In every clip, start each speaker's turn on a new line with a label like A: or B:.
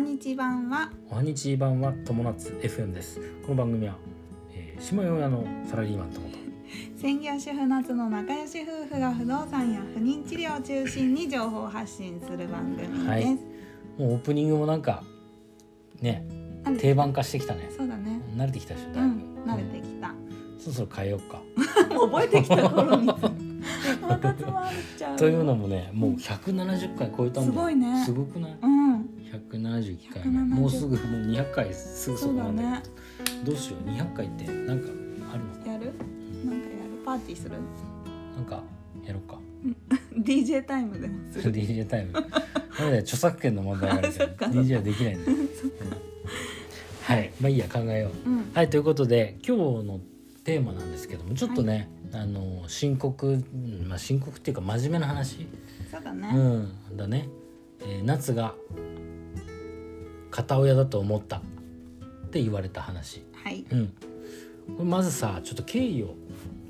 A: 日版は
B: おはにち版は友達 FM ですこの番組は、えー、下屋のサラリーマンともと
A: 専業主婦夏の仲良し夫婦が不動産や不妊治療を中心に情報発信する番組です、
B: はいもうオープニングもなんかね
A: なんで
B: 定番化してきたね
A: そうだね
B: 慣れてきたでしょ
A: う
B: だいぶ、
A: ん慣れてきた、
B: うんそろそろ変えようか
A: もう覚えてきた頃 にまたつまっち ゃう
B: というのもねもう170回超えたんだよ
A: すごいね
B: すごくない
A: うん
B: 171回
A: 170
B: もうすぐもう200回すぐそ
A: そ
B: こ
A: う
B: な
A: だ
B: んだけど
A: ね
B: どうしよう200回ってなんかあるのか
A: やるなんかやるパーティーする
B: なんかやろうか
A: DJ タイムでも
B: DJ タイムなので著作権の問題があるから
A: そっか
B: DJ はできないんだようんはいまあいいや考えよう
A: うん
B: はいということで今日のテーマなんですけどもちょっとね、あの深刻、うんまあ、深刻っていうか真面目な話、
A: そうだ
B: う
A: ね、
B: ん、だね、えー夏が片親だと思ったって言われた話、
A: はい
B: うん、これまずさちょっと経緯をちょ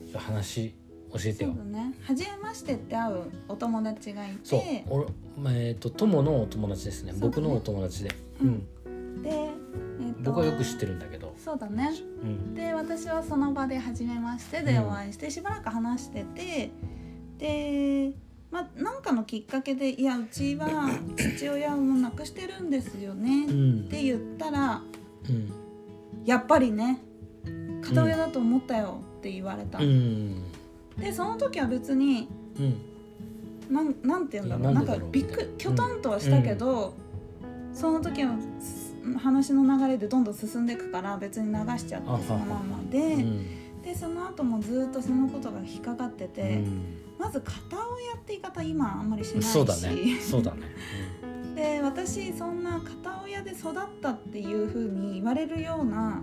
B: っと話教えて
A: そう
B: よ
A: だ。ね初めましてって会うお友達がい
B: そう
A: て、
B: 俺まあえっ、と友のお友達ですね。
A: そうだね
B: 僕のお友達で、う、
A: うんで、えっと
B: 僕はよく知ってるんだけど、
A: そうだね
B: うん、
A: で私はその場で初めましてで
B: うん
A: お会いして、しばらく話しててでまあなんかのきっかけで「いやうちは父親をもう亡くしてるんですよね」
B: う
A: っ
B: ん、
A: て言ったら
B: うん、
A: 「やっぱりね片親だと思ったよ」って言われた、
B: うん、
A: でその時は別に
B: うん、
A: なんなんて言うんだろう
B: な
A: なんん
B: でだろう
A: かびっくり
B: みた
A: き
B: い
A: ょ
B: な
A: とんとはしたけど、その時はす話の流れでどんどん進んでいくから別に流しちゃって
B: あはは
A: そのままで、
B: うん、
A: でその後もずっとそのことが引っかかってて、
B: うん
A: まず片親って言い方今あんまりしないし
B: そうだねそうだね、
A: で私そんな片親で育ったっていうふうに言われるような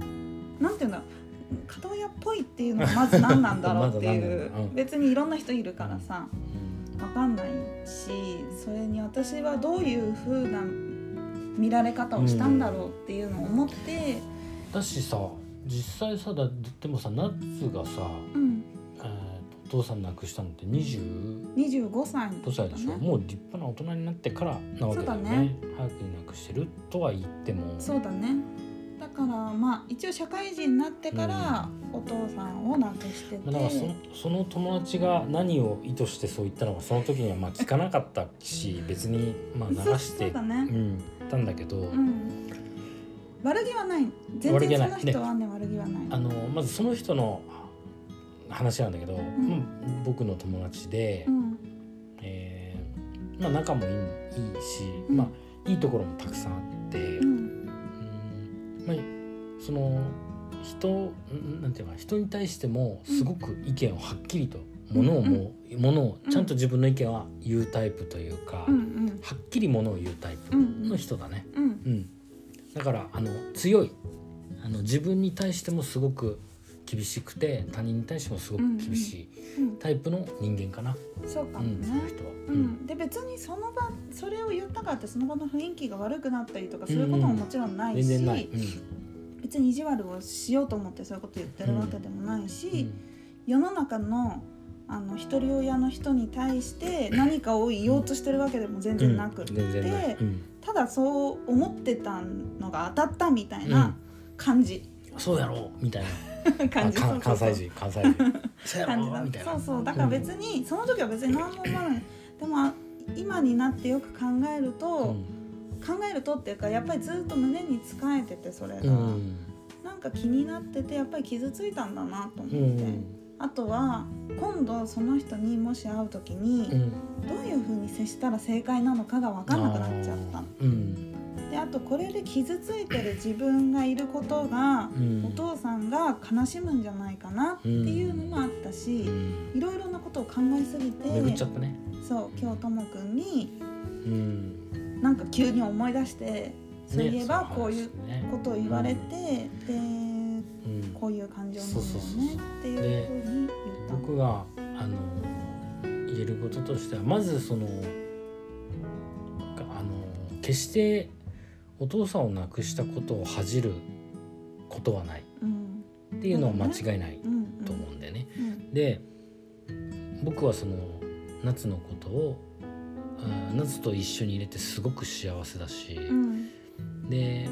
A: なんていうんだろう片親っぽいっていうのはまず何なんだろうってい
B: まず何な
A: うん
B: だろううん
A: 別にいろんな人いるからさ、
B: うん
A: わかんないしそれに私はどういう風な見られ方をしたんだろうっていうのを思って、
B: だしさ実際さだでもさ夏がさ、
A: うん
B: えーとお父さん亡くしたのって25
A: 25歳の時だ
B: 歳
A: ね
B: でしょ、もう立派な大人になってからなわけだよね
A: そうだね
B: 早くに亡くしてるとは言っても
A: そうだねだからまあ一応社会人になってからお父さんを亡くしてて、
B: だからそのその友達が何を意図してそう言ったのかその時にはまあ聞かなかったし別にまあ流
A: そう
B: して
A: そうだ
B: う
A: ね、
B: ん、たんだけど、
A: うん、悪気はない全
B: 悪気
A: 然
B: は
A: そ
B: な
A: の
B: い
A: 人はね悪気はない
B: あのまずその人の話なんだけど、
A: ん
B: うん僕の友達で、
A: うん
B: えーまあ、仲もいいいいし、
A: うん
B: まあ、いいところもたくさんあって、
A: う
B: うん
A: ん
B: まあ、その人んなんていうのかな人に対してもすごく意見をはっきりとものをもう、ものをちゃんと自分の意見は言うタイプというか、
A: うんうん
B: はっきりものを言うタイプの人だね。
A: うん
B: うん、だからあの強いあの自分に対してもすごく厳しくて他人に対してもすごく厳しい
A: うん
B: タイプの人間かな、
A: そうか
B: う
A: も
B: んその
A: ね、
B: 人は。
A: うんで別にその場それを言ったからってその場の雰囲気が悪くなったりとかそういうことももちろんない
B: 全
A: し、
B: 然ない。うん
A: 別に意地悪をしようと思ってそういうこと言ってるわけでもないし、世の中のあの一人親の人に対して何かを言おうとしてるわけでも全然なくって、
B: 全然ないうん
A: ただそう思ってたのが当たったみたいな感じ、
B: そうやろうみたいな
A: 感じ
B: あか
A: そうそうそ
B: 関
A: う
B: 西人関西人 そうや
A: 感じ
B: ろう
A: だ
B: みたいな
A: そうそうだから別に、その時は別に何も思わないでもあ今になってよく考えると、
B: うん
A: 考えるとっていうかやっぱりずっと胸につかえててそれが、
B: うん
A: なんか気になっててやっぱり傷ついたんだなと思っ
B: う
A: て、
B: ん
A: あとは今度その人にもし会う時
B: う
A: に
B: ん
A: どういう風に接したら正解なのかが分かんなくなっちゃった
B: うん
A: であとこれで傷ついてる自分がいることが
B: うん
A: お父さんが悲しむんじゃないかなっていうのもあった
B: う
A: し
B: ん
A: いろいろなことを考えすぎて
B: 巡っちゃったね
A: そう今日ともくんに
B: うん
A: なんか急に思い出してそういえばこういうことを言われて、で
B: うん
A: こういう感情なんだ
B: そうそ
A: よ
B: うそう
A: ね
B: そう
A: っていうふうに言ったの
B: 僕があの言えることとしてはまずそのあの決してお父さんを亡くしたことを恥じることはない
A: うん
B: っていうのは間違いない
A: うんうん
B: と思うんだよね。
A: うん
B: で僕はその夏のことをあー夏と一緒に入れてすごく幸せだし、
A: うん
B: で、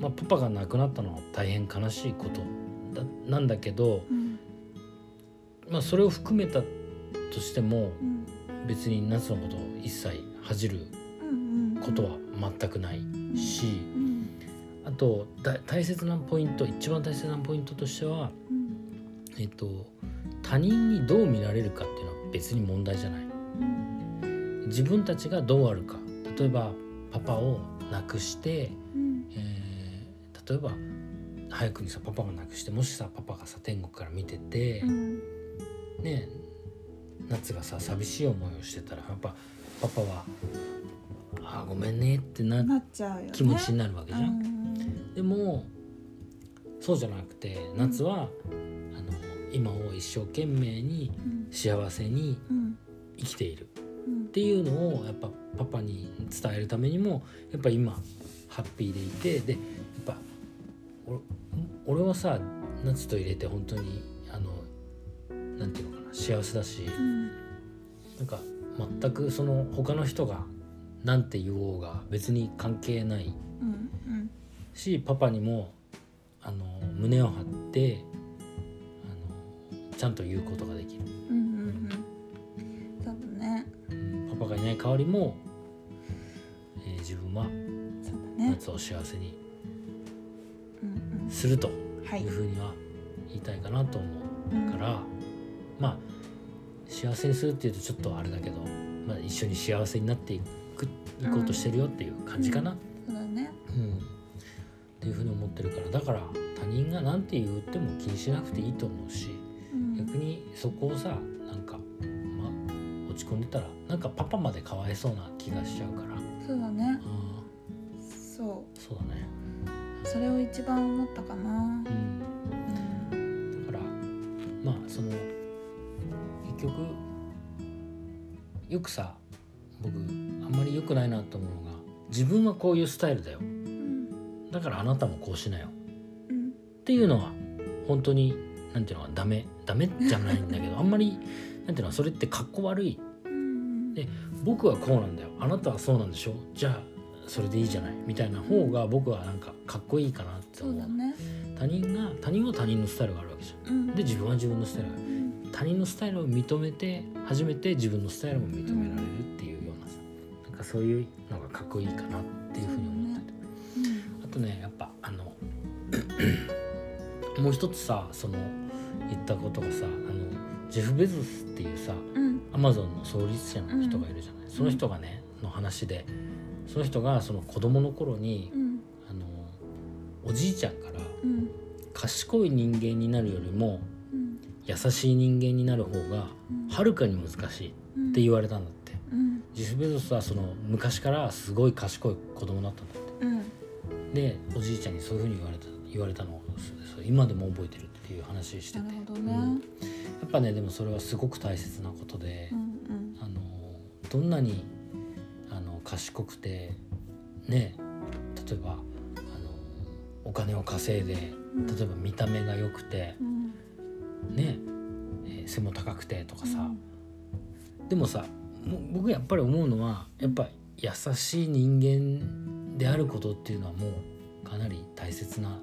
B: まあ、パパが亡くなったのは大変悲しいことだなんだけど、
A: うん
B: まあ、それを含めたとしても
A: うん
B: 別に夏のことを一切恥じる
A: うんうん
B: ことは全くないし
A: うん
B: あとだ大切なポイント一番大切なポイントとしては、
A: うん
B: えっと、他人にどう見られるかっていうのは別に問題じゃない。自分たちがどうあるか例えばパパを亡くして、
A: うん
B: えー例えば早くにさパパが亡くしてもしさパパがさ天国から見てて、
A: うん
B: ね夏がさ寂しい思いをしてたらやっぱパパは「あーごめんね」ってな
A: なっちゃうよね
B: 気持ちになるわけじゃん。
A: うん
B: でもそうじゃなくて夏は、あの今を一生懸命に
A: うん
B: 幸せに
A: うん
B: 生きている
A: うん
B: っていうのをやっぱパパに伝えるためにもやっぱ今ハッピーでいてでやっぱ俺俺はさ夏と入れて本当にあのなんていうのかな幸せだし
A: うん
B: なんか全くその他の人がなんて言おうが別に関係ない
A: うんうん
B: しパパにもあの胸を張ってあのちゃんと言うことができる。
A: うんうんうんそうだね
B: うんパパがいない代わりも、えー自分は
A: そうだね
B: 夏を幸せに
A: うん
B: すると
A: うんはい
B: いうふうには言いたいかなと思
A: うん
B: うから、まあ幸せにするっていうとちょっとあれだけど、まあ、一緒に幸せになっていくいこうとしてるよっていう感じかな、
A: そうだね
B: うんっていうふうに思ってるからだから他人が何て言っても気にしなくていいと思うし
A: うん
B: 逆にそこをさなんか、まあ、落ち込んでたらなんかパパまでかわいそうな気がしちゃうから。
A: そうだね
B: あ
A: そ
B: ーそうだね、
A: うそれを一番思ったかな
B: うん
A: うん
B: だからまあその結局よくさ僕あんまり良くないなと思うのが自分はこういうスタイルだよ
A: うん
B: だからあなたもこうしなよ
A: うん
B: っていうのは本当になんていうのかダメダメじゃないんだけ どあんまりなんていうのそれってかっこ悪い
A: うん
B: で僕はこうなんだよあなたはそうなんでしょじゃあそれでいいじゃないみたいな方が僕はなんかかっこいいかなって
A: そ
B: 思う
A: うだね
B: 他人が他人は他人のスタイルがあるわけじゃ
A: うん
B: んで自分は自分のスタイルがある
A: うん
B: 他人のスタイルを認めて初めて自分のスタイルも認められるっていうようなさなんかそういうのがかっこいいかなっていうふうに思ったり
A: うん
B: あとねやっぱあの もう一つさその言ったことがさあのジェフ・ベゾスっていうさ
A: うん
B: アマゾンの創立者の人がいるじゃない、その人がねの話でその人がその子供の頃に
A: うん
B: あのおじいちゃんから
A: うん
B: 賢い人間になるよりも
A: うん
B: 優しい人間になる方が
A: うん
B: はるかに難しい
A: うん
B: って言われたんだって
A: うん
B: ジェフ・ベゾスはその昔からすごい賢い子供だったんだっ
A: うん
B: てでおじいちゃんにそういうふうに言われた言われたのをそう今でも覚えてるっていう話してて
A: なるほど
B: う
A: ね
B: んやっぱねでもそれはすごく大切なことで
A: う、ん
B: あのどんなにあの賢くてね例えばあのお金を稼いで
A: うん
B: 例えば見た目が良くて
A: うん
B: ね、えー背も高くてとかさ、
A: うん
B: でもさも僕やっぱり思うのはやっぱ優しい人間であることっていうのはもうかなり大切な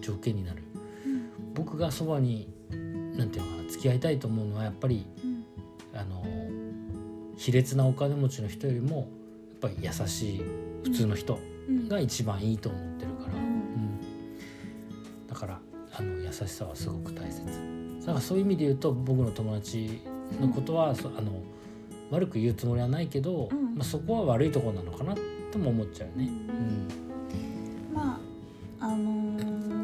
B: 条件になる
A: うん
B: 僕がそばになんていうのかな付き合いたいと思うのはやっぱり
A: うん
B: あの卑劣なお金持ちの人よりもやっぱり優しい普通の人
A: うん
B: が一番いいと思ってるから、
A: う
B: うんん、だからあの優しさはすごく大切だからそういう意味で言うと僕の友達のことは、そあの悪く言うつもりはないけど、
A: うん
B: まあ、そこは悪いところなのかなとも思っちゃうね。うん
A: まああのー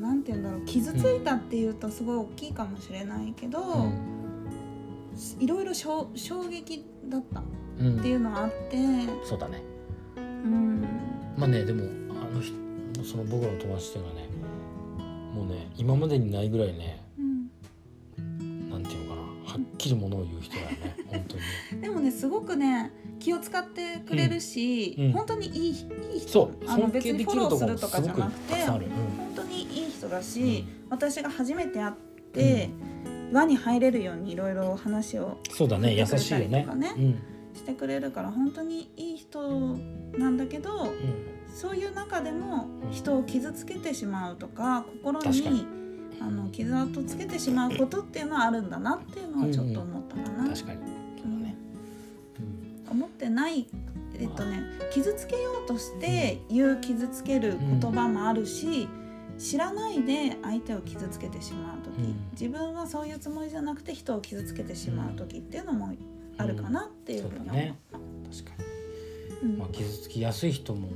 A: なんて言うんだろう傷ついたっていうとすごい大きいかもしれないけど、
B: うん
A: いろいろ衝衝撃だったっ
B: うん
A: ていうのはあって、
B: そうだね
A: うん、
B: まあねでもあの人その僕の友達っていうのはねもうね今までにないぐらいね
A: うん
B: なんていうのかなはっきりものを言う人だよ ね本当に。
A: でもねすごくね気を使ってくれるし、
B: うんうん
A: 本当にいいいい人
B: そう
A: あの
B: 尊
A: 別
B: 敬
A: に
B: で
A: フ
B: き
A: ォ
B: る
A: ロ
B: と
A: ー
B: こ
A: す
B: ろ
A: るとか
B: す
A: じゃ
B: ごく
A: なくて
B: たくさんある。
A: 本当にいい人だし、私が初めて会って、輪に入れるようにいろいろ話を
B: そうだね優しいよ
A: してくれたり
B: ね
A: とかね
B: うん
A: してくれるから本当にいい人なんだけど
B: うん
A: そういう中でも人を傷つけてしまうとか心に
B: 確かに
A: あの傷跡つけてしまうことっていうのはあるんだなっていうのはちょっと思ったかな。
B: 確かに、
A: うん
B: うん
A: 思ってないえっとね傷つけようとして言う傷つける言葉もあるし、知らないで相手を傷つけてしまう時、
B: うん
A: 自分はそういうつもりじゃなくて人を傷つけてしまう時っていうのもあるかなっていうふうに思った。
B: 確か
A: うん
B: に、まあ、傷つきやすい人も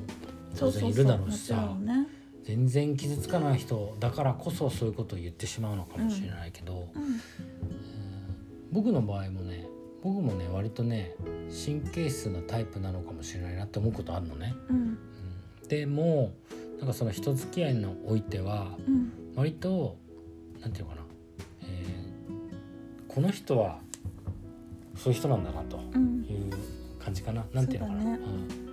A: そ
B: 当
A: うそ
B: 然
A: う
B: い
A: そ
B: る
A: う
B: だろう
A: も
B: し
A: ち
B: さ
A: ろんね。
B: 全然傷つかない人だからこそそういうことを言ってしまうのかもしれないけど、
A: うん
B: うん僕の場合もね僕もね割とね神経質なタイプなのかもしれないなって思うことあるのね。
A: うん
B: うんでもなんかその人付き合いにおいては
A: うん
B: 割となんていうのかな、えーこの人はそういう人なんだなと
A: うん
B: いう感じかななんていうのかな
A: そうだね
B: うん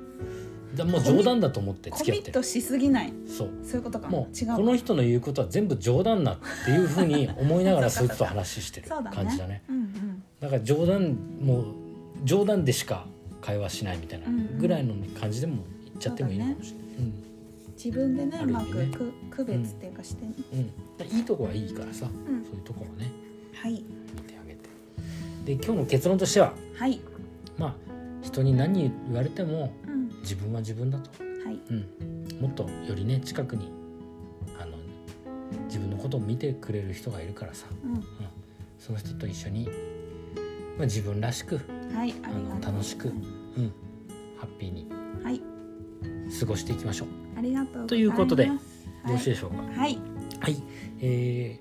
B: じゃあもう冗談だと思って
A: コ
B: 付き合
A: ミ
B: って
A: ッ
B: る
A: トしすぎない
B: そう
A: そういうことか
B: も
A: 違
B: う
A: うか
B: この人の言うことは全部冗談だっていうふうに思いながらそいつと話してる
A: そうだね
B: 感じだね
A: うん
B: だから冗談もう冗談でしか会話しないみたいな
A: うんうん
B: ぐらいの感じでも言っちゃってもいいのかもしれない、
A: うん、自分でね
B: あ
A: う
B: る意
A: ま
B: 味
A: く
B: ね
A: く区別っていうかして、
B: うんうん、いいとこはいいからさ、
A: ん
B: そういうところをね
A: はい
B: 見てあげてで今日の結論としては
A: はい、
B: まあ人に何言われても
A: うん、
B: 自分は自分だと、
A: はい
B: うん、もっとよりね近くにあの自分のことを見てくれる人がいるからさ
A: う
B: その人と一緒に、まあ、自分らしく、
A: んはいあ
B: あ
A: りがとう
B: の楽しく、うん、ハッピーに
A: はい
B: 過ごしていきましょう。
A: ありがとうございます
B: ということで
A: は
B: よろしい
A: い
B: でしょうか。
A: はい
B: はい、え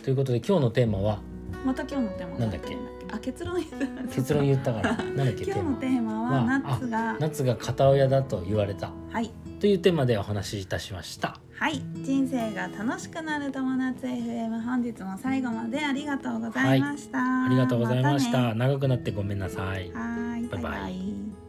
B: ーということで今日のテーマは
A: また今日のテーマ
B: なんだっけ
A: あ結論言った
B: 結論言ったか らなんだっけテ
A: 今日
B: ー
A: の
B: マ
A: テーマ
B: は
A: はナッツが
B: 夏が片親だと言われた
A: はい
B: というテーマでお話しいたしました。
A: はい人生が楽しくなる友達 FM 本日も最後までありがとうございました、
B: ありがとうございました。
A: たね
B: 長くなってごめんなさい。
A: はーい
B: バイバイ
A: バイバイ